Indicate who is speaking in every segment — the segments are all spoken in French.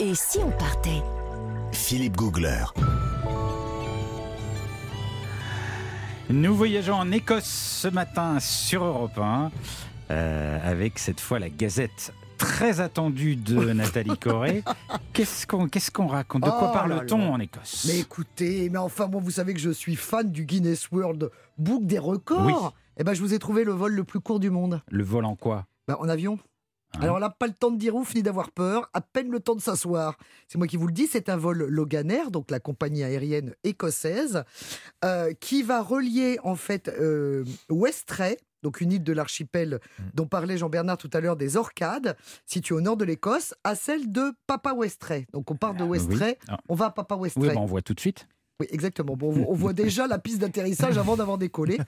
Speaker 1: Et si on partait
Speaker 2: Philippe Googler.
Speaker 3: Nous voyageons en Écosse ce matin sur Europe 1, euh, avec cette fois la Gazette très attendue de Nathalie Corée. Qu'est-ce qu'on qu'est-ce qu'on raconte De quoi
Speaker 4: Oh là là.
Speaker 3: parle-t-on en Écosse
Speaker 4: Mais écoutez, mais enfin, moi, vous savez que je suis fan du Guinness World Book des records.
Speaker 3: Oui.
Speaker 4: Eh ben, je vous ai trouvé le vol le plus court du monde.
Speaker 3: Le vol en quoi
Speaker 4: Bah, en avion.
Speaker 3: Hein
Speaker 4: Alors là, pas le temps de dire ouf ni d'avoir peur, à peine le temps de s'asseoir. C'est moi qui vous le dis, c'est un vol Loganair, donc la compagnie aérienne écossaise, euh, qui va relier en fait euh, Westray, donc une île de l'archipel
Speaker 3: Mmh.
Speaker 4: dont parlait Jean-Bernard tout à l'heure des Orcades, située au nord de l'Écosse, à celle de Papa Westray. Donc on part de Westray,
Speaker 3: Ah.
Speaker 4: on va à Papa Westray.
Speaker 3: Oui, bah, on voit tout de suite.
Speaker 4: Oui, exactement. Bon, on vo- on voit déjà la piste d'atterrissage avant d'avoir décollé.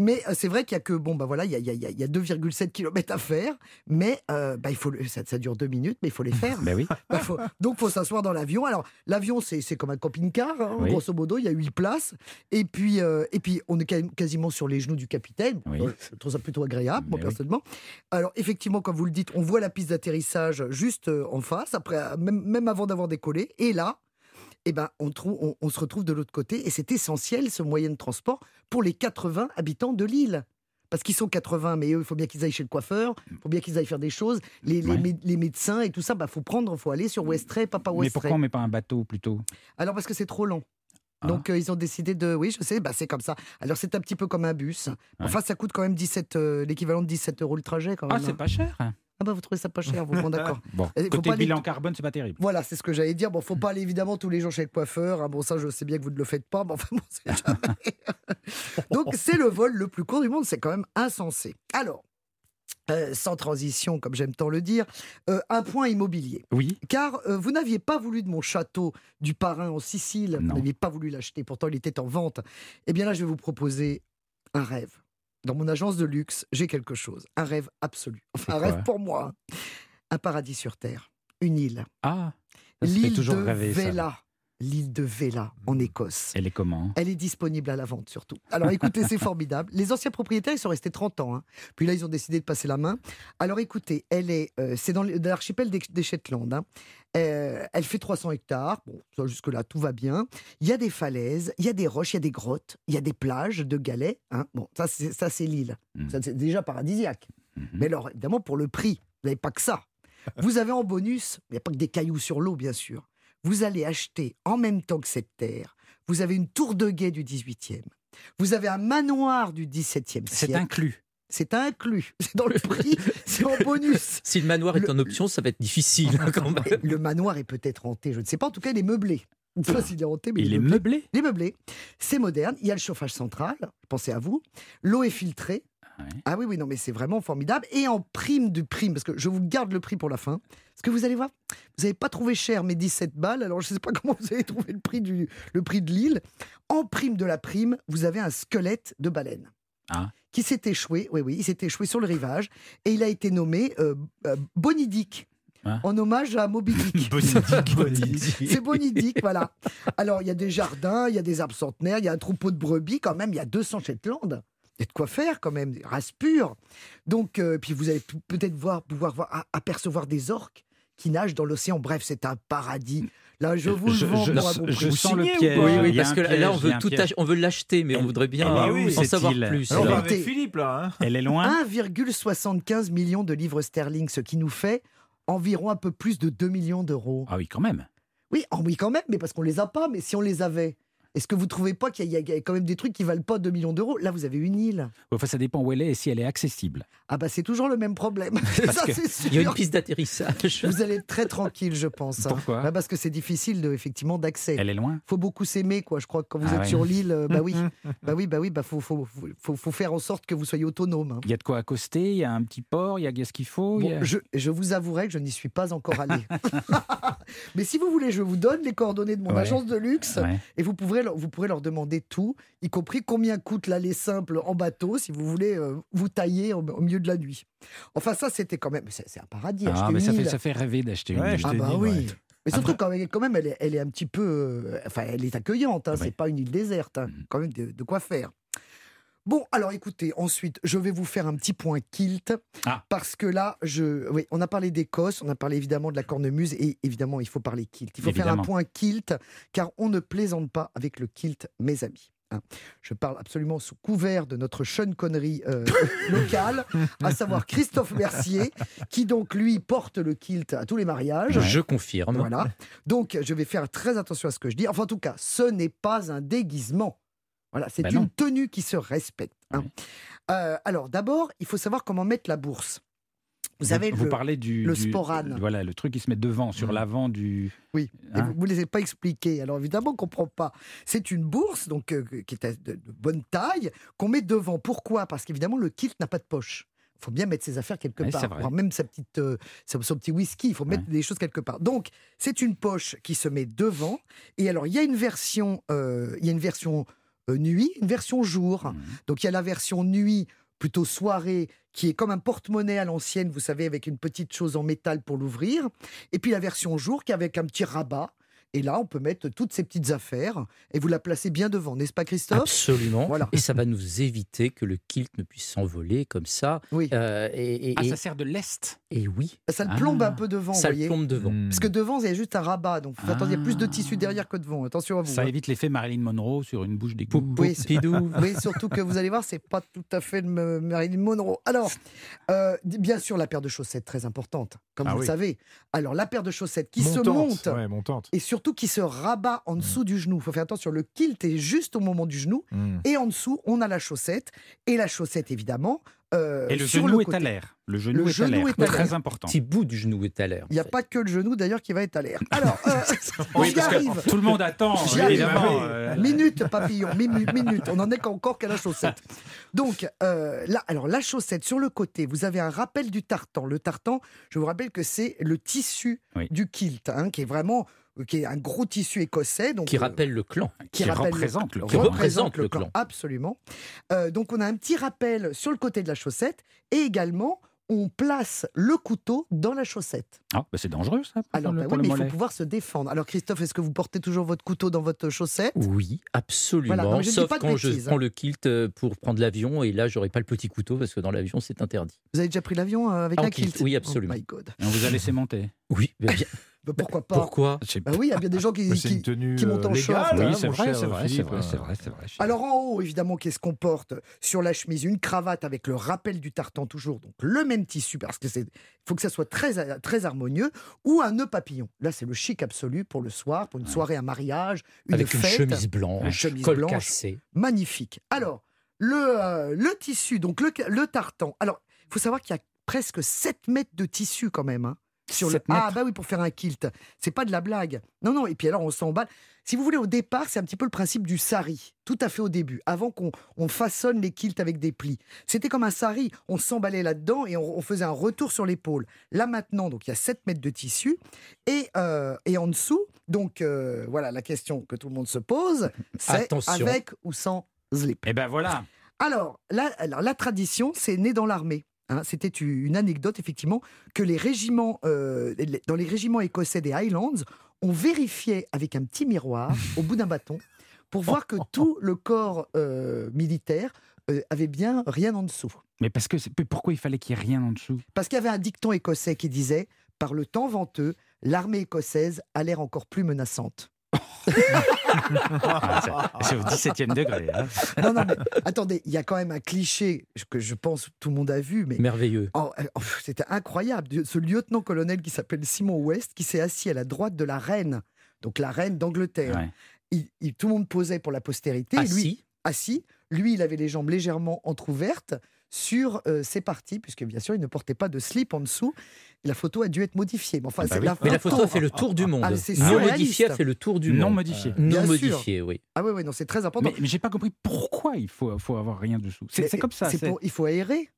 Speaker 4: Mais euh, c'est vrai qu'il y a que, bon, bah voilà, il y a, il y a- il y a- il y a 2,7 km à faire. Mais euh, bah, il faut le- ça, ça dure deux minutes, mais il faut les faire.
Speaker 3: Ben oui.
Speaker 4: Bah, faut- donc, faut s'asseoir dans l'avion. Alors, l'avion, c'est c'est comme un camping-car, hein,
Speaker 3: Oui.
Speaker 4: grosso modo. Il y a huit places. Et puis, euh, et puis, on est quand même quasiment sur les genoux du capitaine.
Speaker 3: Oui.
Speaker 4: Euh, Je trouve ça plutôt agréable, moi,
Speaker 3: Mais oui.
Speaker 4: personnellement. Alors, effectivement, comme vous le dites, on voit la piste d'atterrissage juste euh, en face, après, euh, même, même avant d'avoir décollé. Et là, eh ben, on, trouve, on, on se retrouve de l'autre côté. Et c'est essentiel, ce moyen de transport, pour les 80 habitants de l'île. Parce qu'ils sont 80, mais eux, il faut bien qu'ils aillent chez le coiffeur, il faut bien qu'ils aillent faire des choses. Les, les
Speaker 3: Ouais.
Speaker 4: mé- les médecins et tout ça, bah, faut prendre, faut aller sur Westray, Papa
Speaker 3: Mais
Speaker 4: Westray.
Speaker 3: pourquoi on met pas un bateau plutôt
Speaker 4: Alors parce que c'est trop long.
Speaker 3: Ah.
Speaker 4: Donc euh, ils ont décidé de... Oui, je sais, bah, c'est comme ça. Alors c'est un petit peu comme un bus. Enfin, ça coûte quand même 17, euh, l'équivalent de 17 euros le trajet quand
Speaker 3: Ah,
Speaker 4: même.
Speaker 3: c'est pas cher.
Speaker 4: Oh
Speaker 3: Ah,
Speaker 4: Ah bah vous trouvez ça pas cher, vous bon d'accord.
Speaker 3: Bon,
Speaker 4: Et faut
Speaker 3: côté
Speaker 4: pas aller
Speaker 3: bilan
Speaker 4: tout-
Speaker 3: carbone, c'est pas terrible.
Speaker 4: Voilà, c'est ce que j'allais dire. Bon,
Speaker 3: Hmm.
Speaker 4: faut pas aller évidemment tous les jours chez le coiffeur. Ah bon, ça, je sais bien que vous ne le faites pas, mais enfin, bon, c'est jamais. Donc, c'est le vol le plus court du monde. C'est quand même insensé. Alors, euh, sans transition, comme j'aime tant le dire, euh, un point immobilier.
Speaker 3: Oui.
Speaker 4: Car euh, vous n'aviez pas voulu de mon château du parrain en Sicile.
Speaker 3: Non.
Speaker 4: Vous n'aviez pas voulu l'acheter. Pourtant, il était en vente. Eh bien, là, je vais vous proposer un rêve. Dans mon agence de luxe, j'ai quelque chose. Un rêve absolu. Enfin, un
Speaker 3: quoi
Speaker 4: rêve pour moi. hein. Un paradis sur terre. Une île.
Speaker 3: Ah, ça se fait
Speaker 4: L'île
Speaker 3: toujours
Speaker 4: de
Speaker 3: rêver, ça. Mm.
Speaker 4: Vela. L'île de Vela, en Écosse.
Speaker 3: Elle est comment
Speaker 4: Elle est disponible à la vente surtout. Alors écoutez, c'est formidable. Les anciens propriétaires, ils sont restés 30 ans. hein. Puis là, ils ont décidé de passer la main. Alors écoutez, elle est, euh, c'est dans le- dans l'archipel des, des Shetland. hein. Euh, elle fait 300 hectares. Bon, ça, jusque-là, tout va bien. Il y a des falaises, il y a des roches, il y a des grottes, il y a des plages de galets. hein. Bon, ça, c'est, ça, c'est l'île.
Speaker 3: Mhm.
Speaker 4: Ça, c'est déjà paradisiaque. Mais alors, évidemment, pour le prix, vous n'avez pas que ça. Vous avez en bonus, il n'y a pas que des cailloux sur l'eau, bien sûr. Vous allez acheter en même temps que cette terre. Vous avez une tour de guet du 18e. Vous avez un manoir du 17e
Speaker 3: C'est
Speaker 4: siècle.
Speaker 3: inclus.
Speaker 4: C'est inclus. C'est dans le prix. C'est en bonus.
Speaker 5: Si le manoir est
Speaker 4: Le-
Speaker 5: en option, ça va être difficile hein, quand même.
Speaker 4: Le manoir est peut-être hanté, je ne sais pas. En tout cas, il est meublé. Je ne sais pas s'il est hanté, mais il,
Speaker 3: Il est
Speaker 4: meublé.
Speaker 3: meublé
Speaker 4: Il est meublé. C'est moderne. Il y a le chauffage central. Pensez à vous. L'eau est filtrée.
Speaker 3: Ouais.
Speaker 4: Ah oui, oui, non, mais c'est vraiment formidable. Et en prime du prime, parce que je vous garde le prix pour la fin. Parce que vous allez voir, vous n'avez pas trouvé cher mes 17 balles. Alors je ne sais pas comment vous avez trouvé le prix, du, le prix de l'île. En prime de la prime, vous avez un squelette de baleine.
Speaker 3: Ah.
Speaker 4: Qui s'est échoué, oui, oui, il s'est échoué sur le rivage. Et il a été nommé euh, euh, Bonnie Dick.
Speaker 3: Ah.
Speaker 4: En hommage à Moby Dick. C'est bonidique, voilà. Alors, il y a des jardins, il y a des arbres centenaires, il y a un troupeau de brebis quand même, il y a 200 Shetland. Il y a de quoi faire quand même, des races pures. Donc, euh, puis vous allez p- peut-être voir, pouvoir voir, a- apercevoir des orques qui nagent dans l'océan. Bref, c'est un paradis. Là, je vous
Speaker 3: Euh, Je-
Speaker 4: le vends
Speaker 3: je-
Speaker 4: pour un
Speaker 3: je-
Speaker 4: bon
Speaker 3: je
Speaker 4: prix. Vous
Speaker 3: sens le
Speaker 4: signez ou
Speaker 3: piège.
Speaker 4: pas
Speaker 5: Oui, oui,
Speaker 3: Il y a
Speaker 5: parce
Speaker 3: un
Speaker 5: que
Speaker 3: piège,
Speaker 5: là, on
Speaker 3: il y a
Speaker 5: veut
Speaker 3: un
Speaker 5: tout
Speaker 3: piège. Eh ben
Speaker 5: ach- on veut l'acheter, mais on voudrait bien
Speaker 6: Ah bah
Speaker 5: euh,
Speaker 6: oui,
Speaker 5: en
Speaker 3: c'est
Speaker 5: savoir
Speaker 3: il.
Speaker 5: plus.
Speaker 6: On
Speaker 4: Alors,
Speaker 6: va
Speaker 5: alors.
Speaker 4: écoutez-
Speaker 6: avec Philippe là. hein.
Speaker 4: Ah, 1,75 million de livres sterling, ce qui nous fait environ un peu plus de 2 millions d'euros.
Speaker 3: Ah oui, quand même.
Speaker 4: Oui, oh oui, quand même, mais parce qu'on les a pas. Mais si on les avait, est-ce que vous trouvez pas qu'il y, a- il y a quand même des trucs qui valent pas 2 millions d'euros Là, vous avez une île.
Speaker 3: Enfin, ça dépend où elle est et si elle est accessible.
Speaker 4: Ah bah c'est toujours le même problème.
Speaker 3: Parce
Speaker 4: Ça,
Speaker 3: que
Speaker 4: c'est sûr.
Speaker 5: Il y a une piste d'atterrissage.
Speaker 4: Vous allez être très tranquille, je pense.
Speaker 3: Pourquoi
Speaker 4: Bah, Parce que c'est difficile de, effectivement d'accès.
Speaker 3: Elle est loin.
Speaker 4: Faut beaucoup s'aimer, quoi. Je crois que quand vous
Speaker 3: Ah
Speaker 4: êtes
Speaker 3: ouais.
Speaker 4: sur l'île, euh, bah oui, bah oui, bah oui, bah faut, faut, faut- faut- faut faire en sorte que vous soyez autonome. hein.
Speaker 3: Il y a de quoi accoster, il y a un petit port, il y a ce qu'il faut. il y
Speaker 4: Bon,
Speaker 3: a-
Speaker 4: je, je vous avouerai que je n'y suis pas encore allé. Mais si vous voulez, je vous donne les coordonnées de mon
Speaker 3: Ouais.
Speaker 4: agence de luxe.
Speaker 3: Ouais.
Speaker 4: Et vous pourrez, leur- vous pourrez leur demander tout, y compris combien coûte l'aller simple en bateau si vous voulez euh, vous tailler au, au milieu de la nuit. Enfin, ça, c'était quand même. C'est c'est un paradis.
Speaker 3: Ah,
Speaker 4: acheter
Speaker 3: mais
Speaker 4: une
Speaker 3: ça fait,
Speaker 4: île.
Speaker 3: ça fait rêver d'acheter
Speaker 6: Ouais,
Speaker 3: une île.
Speaker 6: je
Speaker 4: Ah,
Speaker 6: t'ai
Speaker 4: bah
Speaker 6: dit,
Speaker 4: oui.
Speaker 6: ouais.
Speaker 4: Mais surtout, quand même, quand même, elle, est, elle est un petit peu. euh, enfin, elle est accueillante. hein,
Speaker 3: Ouais.
Speaker 6: Mm-hmm.
Speaker 4: C'est pas une île déserte. hein. Quand même, de, de quoi faire. Bon, alors écoutez, ensuite, je vais vous faire un petit point kilt.
Speaker 3: Ah.
Speaker 4: Parce que là, je... oui, on a parlé d'Écosse, on a parlé évidemment de la cornemuse, et évidemment, il faut parler kilt. Il faut faire
Speaker 3: Évidemment.
Speaker 4: un point kilt, car on ne plaisante pas avec le kilt, mes amis. hein. Je parle absolument sous couvert de notre Sean Connery euh, local, à savoir Christophe Mercier, qui donc lui porte le kilt à tous les mariages.
Speaker 5: Je confirme.
Speaker 4: Voilà. Donc, je vais faire très attention à ce que je dis. Enfin, en tout cas, ce n'est pas un déguisement. Voilà, c'est
Speaker 3: Ben
Speaker 4: une
Speaker 3: non.
Speaker 4: tenue qui se respecte. hein. Euh, alors, d'abord, il faut savoir comment mettre la bourse. Vous avez
Speaker 3: vous
Speaker 4: le-
Speaker 3: parlez du,
Speaker 4: le
Speaker 3: du-
Speaker 4: sporane.
Speaker 3: Voilà, le truc qui se met devant, sur
Speaker 5: Mm.
Speaker 3: l'avant du.
Speaker 4: Oui, et
Speaker 3: Hein
Speaker 4: vous ne les avez pas expliqués. Alors évidemment, on ne comprend pas. C'est une bourse donc euh, qui est de, de bonne taille qu'on met devant. Pourquoi Parce qu'évidemment, le kilt n'a pas de poche. Il faut bien mettre ses affaires quelque
Speaker 3: Oui, c'est
Speaker 4: part.
Speaker 3: vrai.
Speaker 4: Voire même sa petite, euh, son, son petit whisky, il faut mettre des choses quelque part. Donc, c'est une poche qui se met devant. Et alors, il y a une version, euh, il y a une version euh, nuit, une version jour.
Speaker 3: Mhm.
Speaker 4: Donc, il y a la version nuit, plutôt soirée, qui est comme un porte-monnaie à l'ancienne, vous savez, avec une petite chose en métal pour l'ouvrir. Et puis la version jour qui est avec un petit rabat. Et là, on peut mettre toutes ces petites affaires et vous la placez bien devant, n'est-ce pas, Christophe
Speaker 5: Absolument.
Speaker 4: Voilà.
Speaker 5: Et ça va nous éviter que le kilt ne puisse s'envoler comme ça.
Speaker 4: Oui.
Speaker 5: Euh, et, et-
Speaker 3: Ah,
Speaker 5: et-
Speaker 3: ça sert de lest
Speaker 5: et oui,
Speaker 4: Ça le
Speaker 3: Ah.
Speaker 4: plombe un peu devant, vous
Speaker 5: ça le
Speaker 4: voyez Mm.
Speaker 5: tombe devant.
Speaker 4: Parce que devant, il y a juste un rabat. Donc, faut attendre, il y a plus de
Speaker 3: Ah.
Speaker 4: tissu derrière que devant. Attention à vous.
Speaker 3: Ça
Speaker 4: hein.
Speaker 3: évite l'effet Marilyn Monroe sur une bouche d'égout.
Speaker 5: Pou-
Speaker 4: Oui,
Speaker 5: pou- Pidou.
Speaker 4: Oui, surtout que vous allez voir, c'est pas tout à fait le me- Marilyn Monroe. Alors, euh, bien sûr, la paire de chaussettes, très importante, comme
Speaker 1: Ah
Speaker 4: vous le
Speaker 1: oui.
Speaker 4: savez. Alors, la paire de chaussettes qui se
Speaker 1: Montante,
Speaker 4: monte
Speaker 1: ouais, montante.
Speaker 4: et surtout qui se rabat
Speaker 3: Mmh.
Speaker 4: en dessous du genou. Il faut faire attention, le kilt est juste au moment du genou.
Speaker 1: Mm.
Speaker 4: Et en dessous, on a la chaussette. Et la chaussette, évidemment. euh,
Speaker 3: Et le
Speaker 4: sur
Speaker 3: genou est
Speaker 4: le
Speaker 3: à
Speaker 4: côté.
Speaker 3: l'air. Le genou
Speaker 4: Le
Speaker 3: est à
Speaker 4: genou
Speaker 3: l'air.
Speaker 4: est à
Speaker 3: Très
Speaker 4: l'air.
Speaker 3: important.
Speaker 5: Petit bout du genou est à l'air.
Speaker 4: Il n'y a
Speaker 5: en fait.
Speaker 4: pas que le genou d'ailleurs qui va être à l'air. Alors, euh, on
Speaker 3: Oui,
Speaker 4: y
Speaker 3: parce que
Speaker 4: arrive.
Speaker 3: Tout le monde attend,
Speaker 4: J'y arrive.
Speaker 3: évidemment.
Speaker 1: Oui.
Speaker 3: euh,
Speaker 4: Minute, papillon, mi- mi- minute. On en est qu'encore qu'à la chaussette. Donc, euh, là, alors la chaussette sur le côté, vous avez un rappel du tartan. Le tartan, je vous rappelle que c'est le tissu
Speaker 3: Oui.
Speaker 4: du kilt, hein, qui est vraiment, qui est un gros tissu écossais. Donc,
Speaker 5: Qui
Speaker 4: euh,
Speaker 5: rappelle le clan.
Speaker 3: qui
Speaker 4: rappelle
Speaker 3: représente le
Speaker 4: clan.
Speaker 5: qui
Speaker 3: clan.
Speaker 5: représente le clan.
Speaker 4: Absolument. Euh, donc on a un petit rappel sur le côté de la chaussette et également on place le couteau dans la chaussette.
Speaker 3: Ah, bah c'est dangereux ça. pour
Speaker 4: Alors
Speaker 3: le-
Speaker 4: bah
Speaker 3: pour le
Speaker 4: ouais, mais il faut
Speaker 3: mollet.
Speaker 4: pouvoir se défendre. Alors Christophe, est-ce que vous portez toujours votre couteau dans votre chaussette
Speaker 5: Oui, absolument.
Speaker 4: Voilà, non, mais je ne dis
Speaker 5: Sauf
Speaker 4: pas de
Speaker 5: quand je
Speaker 4: bêtises, hein.
Speaker 5: prends le kilt euh, pour prendre l'avion et là j'aurai pas le petit couteau parce que dans l'avion c'est interdit.
Speaker 4: Vous avez déjà pris l'avion euh, avec
Speaker 5: Ah,
Speaker 4: un
Speaker 5: en kilt,
Speaker 4: kilt
Speaker 5: oui, absolument.
Speaker 4: Oh my God.
Speaker 3: Et On vous a laissé monter.
Speaker 5: Oui, mais bien-
Speaker 4: Bah, pourquoi pas
Speaker 5: pourquoi Ah,
Speaker 4: Bah oui, il y a bien des gens qui,
Speaker 1: Mais c'est
Speaker 4: qui-
Speaker 1: une tenue
Speaker 4: qui monte en
Speaker 1: euh, légale,
Speaker 4: short.
Speaker 1: hein,
Speaker 3: Oui, c'est
Speaker 1: mon
Speaker 3: vrai,
Speaker 1: cher
Speaker 3: c'est vrai, c'est
Speaker 1: Philippe,
Speaker 3: vrai,
Speaker 1: euh,
Speaker 3: c'est vrai, c'est vrai. c'est vrai.
Speaker 4: Alors en haut, évidemment, qu'est-ce qu'on porte sur la chemise Une cravate avec le rappel du tartan toujours, donc le même tissu parce que c'est faut que ça soit très très harmonieux ou un nœud papillon. Là, c'est le chic absolu pour le soir, pour une soirée, un mariage, une
Speaker 5: Avec une
Speaker 4: fête,
Speaker 5: chemise
Speaker 4: une
Speaker 5: blanche,
Speaker 4: chemise
Speaker 5: col
Speaker 4: blanche,
Speaker 5: cassé.
Speaker 4: magnifique. Alors le euh, le tissu, donc le le tartan. Alors, il faut savoir qu'il y a presque 7 mètres de tissu quand même. hein, Sur le...
Speaker 3: 7 mètres.
Speaker 4: Ah bah oui pour faire un kilt, c'est pas de la blague. Non non et puis alors on s'emballe. Si vous voulez au départ c'est un petit peu le principe du sari, tout à fait au début, avant qu'on on façonne les kilts avec des plis. C'était comme un sari, on s'emballait là-dedans et on, on faisait un retour sur l'épaule. Là maintenant donc il y a 7 mètres de tissu et euh, et en dessous donc euh, voilà la question que tout le monde se pose, c'est
Speaker 5: Attention.
Speaker 4: avec ou sans slip.
Speaker 3: Et ben voilà.
Speaker 4: Alors, la, alors, la tradition, c'est né dans l'armée. hein. C'était u- une anecdote, effectivement, que les régiments, euh, les- dans les régiments écossais des Highlands, on vérifiait avec un petit miroir, au bout d'un bâton, pour voir que tout le corps euh, militaire euh, avait bien rien en dessous.
Speaker 3: Mais parce que c'est- mais pourquoi il fallait qu'il y ait rien en dessous
Speaker 4: Parce qu'il y avait un dicton écossais qui disait Par le temps venteux, l'armée écossaise a l'air encore plus menaçante.
Speaker 3: Ah, ça- C'est au 17e degré. hein.
Speaker 4: Non, non, mais attendez, il y a quand même un cliché que je pense que tout le monde a vu, mais
Speaker 5: Merveilleux.
Speaker 4: Oh, euh, oh, pff, c'était incroyable, de- ce lieutenant-colonel qui s'appelle Simon West, qui s'est assis à la droite de la reine, donc la reine d'Angleterre.
Speaker 3: Ouais.
Speaker 4: Il- il- tout le monde posait pour la postérité,
Speaker 5: Ah
Speaker 4: et lui
Speaker 5: Assis,
Speaker 4: assis, lui il avait les jambes légèrement entrouvertes sur euh, ses parties, puisque bien sûr il ne portait pas de slip en dessous. La photo a dû être modifiée, mais enfin
Speaker 3: bah
Speaker 4: c'est
Speaker 3: oui.
Speaker 4: la
Speaker 5: mais la
Speaker 4: photo.
Speaker 5: photo a fait le tour du monde.
Speaker 4: mais Ah, c'est
Speaker 5: non
Speaker 4: surréaliste.
Speaker 5: modifié a fait le tour du
Speaker 3: Non
Speaker 5: monde.
Speaker 3: modifié.
Speaker 5: Non
Speaker 4: Bien sûr.
Speaker 5: modifié, oui.
Speaker 4: Ah oui, oui, non, c'est très important.
Speaker 3: Mais, mais j'ai pas compris pourquoi il faut, faut avoir rien dessous. C'est
Speaker 4: Mais
Speaker 3: c'est comme ça. C'est
Speaker 4: pour- il faut aérer.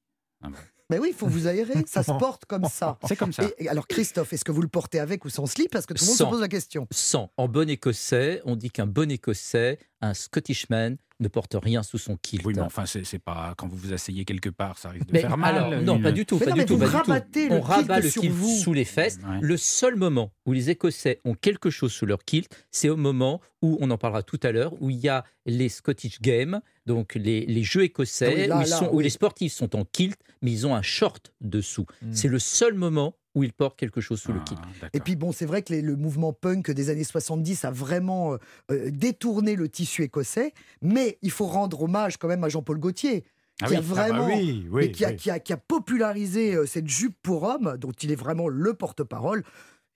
Speaker 3: Ah bon.
Speaker 4: Mais oui, il faut vous aérer, ça se porte comme ça.
Speaker 3: c'est comme ça.
Speaker 4: Et- et alors Christophe, est-ce que vous le portez avec ou sans slip Parce que tout le monde se
Speaker 5: Sans.
Speaker 4: pose la question.
Speaker 5: Sans. En bon écossais, on dit qu'un bon écossais, un Scottishman, ne porte rien sous son kilt.
Speaker 3: Oui, mais enfin, c'est c'est pas quand vous vous asseyez quelque part, ça risque de
Speaker 5: Mais
Speaker 3: faire mal. euh,
Speaker 5: alors, non,
Speaker 3: une-
Speaker 5: pas du tout,
Speaker 4: Mais
Speaker 5: pas
Speaker 4: non,
Speaker 5: du
Speaker 4: mais
Speaker 5: tout,
Speaker 4: vous
Speaker 5: pas du tout.
Speaker 4: rabattez le
Speaker 5: on rabat
Speaker 4: kilt
Speaker 5: le
Speaker 4: sur
Speaker 5: kilt
Speaker 4: vous.
Speaker 5: sous les fesses.
Speaker 3: Ouais.
Speaker 5: Le seul moment où les Écossais ont quelque chose sous leur kilt, c'est au moment où, on en parlera tout à l'heure, où il y a les Scottish Games, donc les, les jeux écossais,
Speaker 4: Ah oui, là,
Speaker 5: où, ils
Speaker 4: là,
Speaker 5: sont- où
Speaker 4: oui.
Speaker 5: les sportifs sont en kilt, mais ils ont un short dessous.
Speaker 4: Mm.
Speaker 5: C'est le seul moment où ils portent quelque chose sous le
Speaker 3: Hmm. Ah,
Speaker 5: kilt.
Speaker 3: d'accord.
Speaker 4: Et puis bon, c'est vrai que les- le mouvement punk des années 70 a vraiment euh, euh, détourné le tissu écossais, mais il faut rendre hommage quand même à Jean-Paul Gaultier,
Speaker 3: Ah
Speaker 4: qui
Speaker 3: oui,
Speaker 4: a
Speaker 3: ah bah
Speaker 4: vraiment,
Speaker 3: oui, oui,
Speaker 4: mais qui, a,
Speaker 3: oui.
Speaker 4: qui a- qui a popularisé euh, cette jupe pour homme, dont il est vraiment le porte-parole,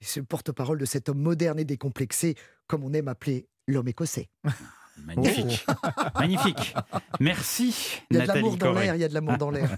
Speaker 4: et ce porte-parole de cet homme moderne et décomplexé, comme on aime appeler l'homme écossais.
Speaker 1: Oh.
Speaker 3: Magnifique. Magnifique. Merci,
Speaker 4: Il y a de
Speaker 3: Nathalie
Speaker 4: l'amour dans
Speaker 3: Corée.
Speaker 4: l'air, il y a de l'amour dans l'air.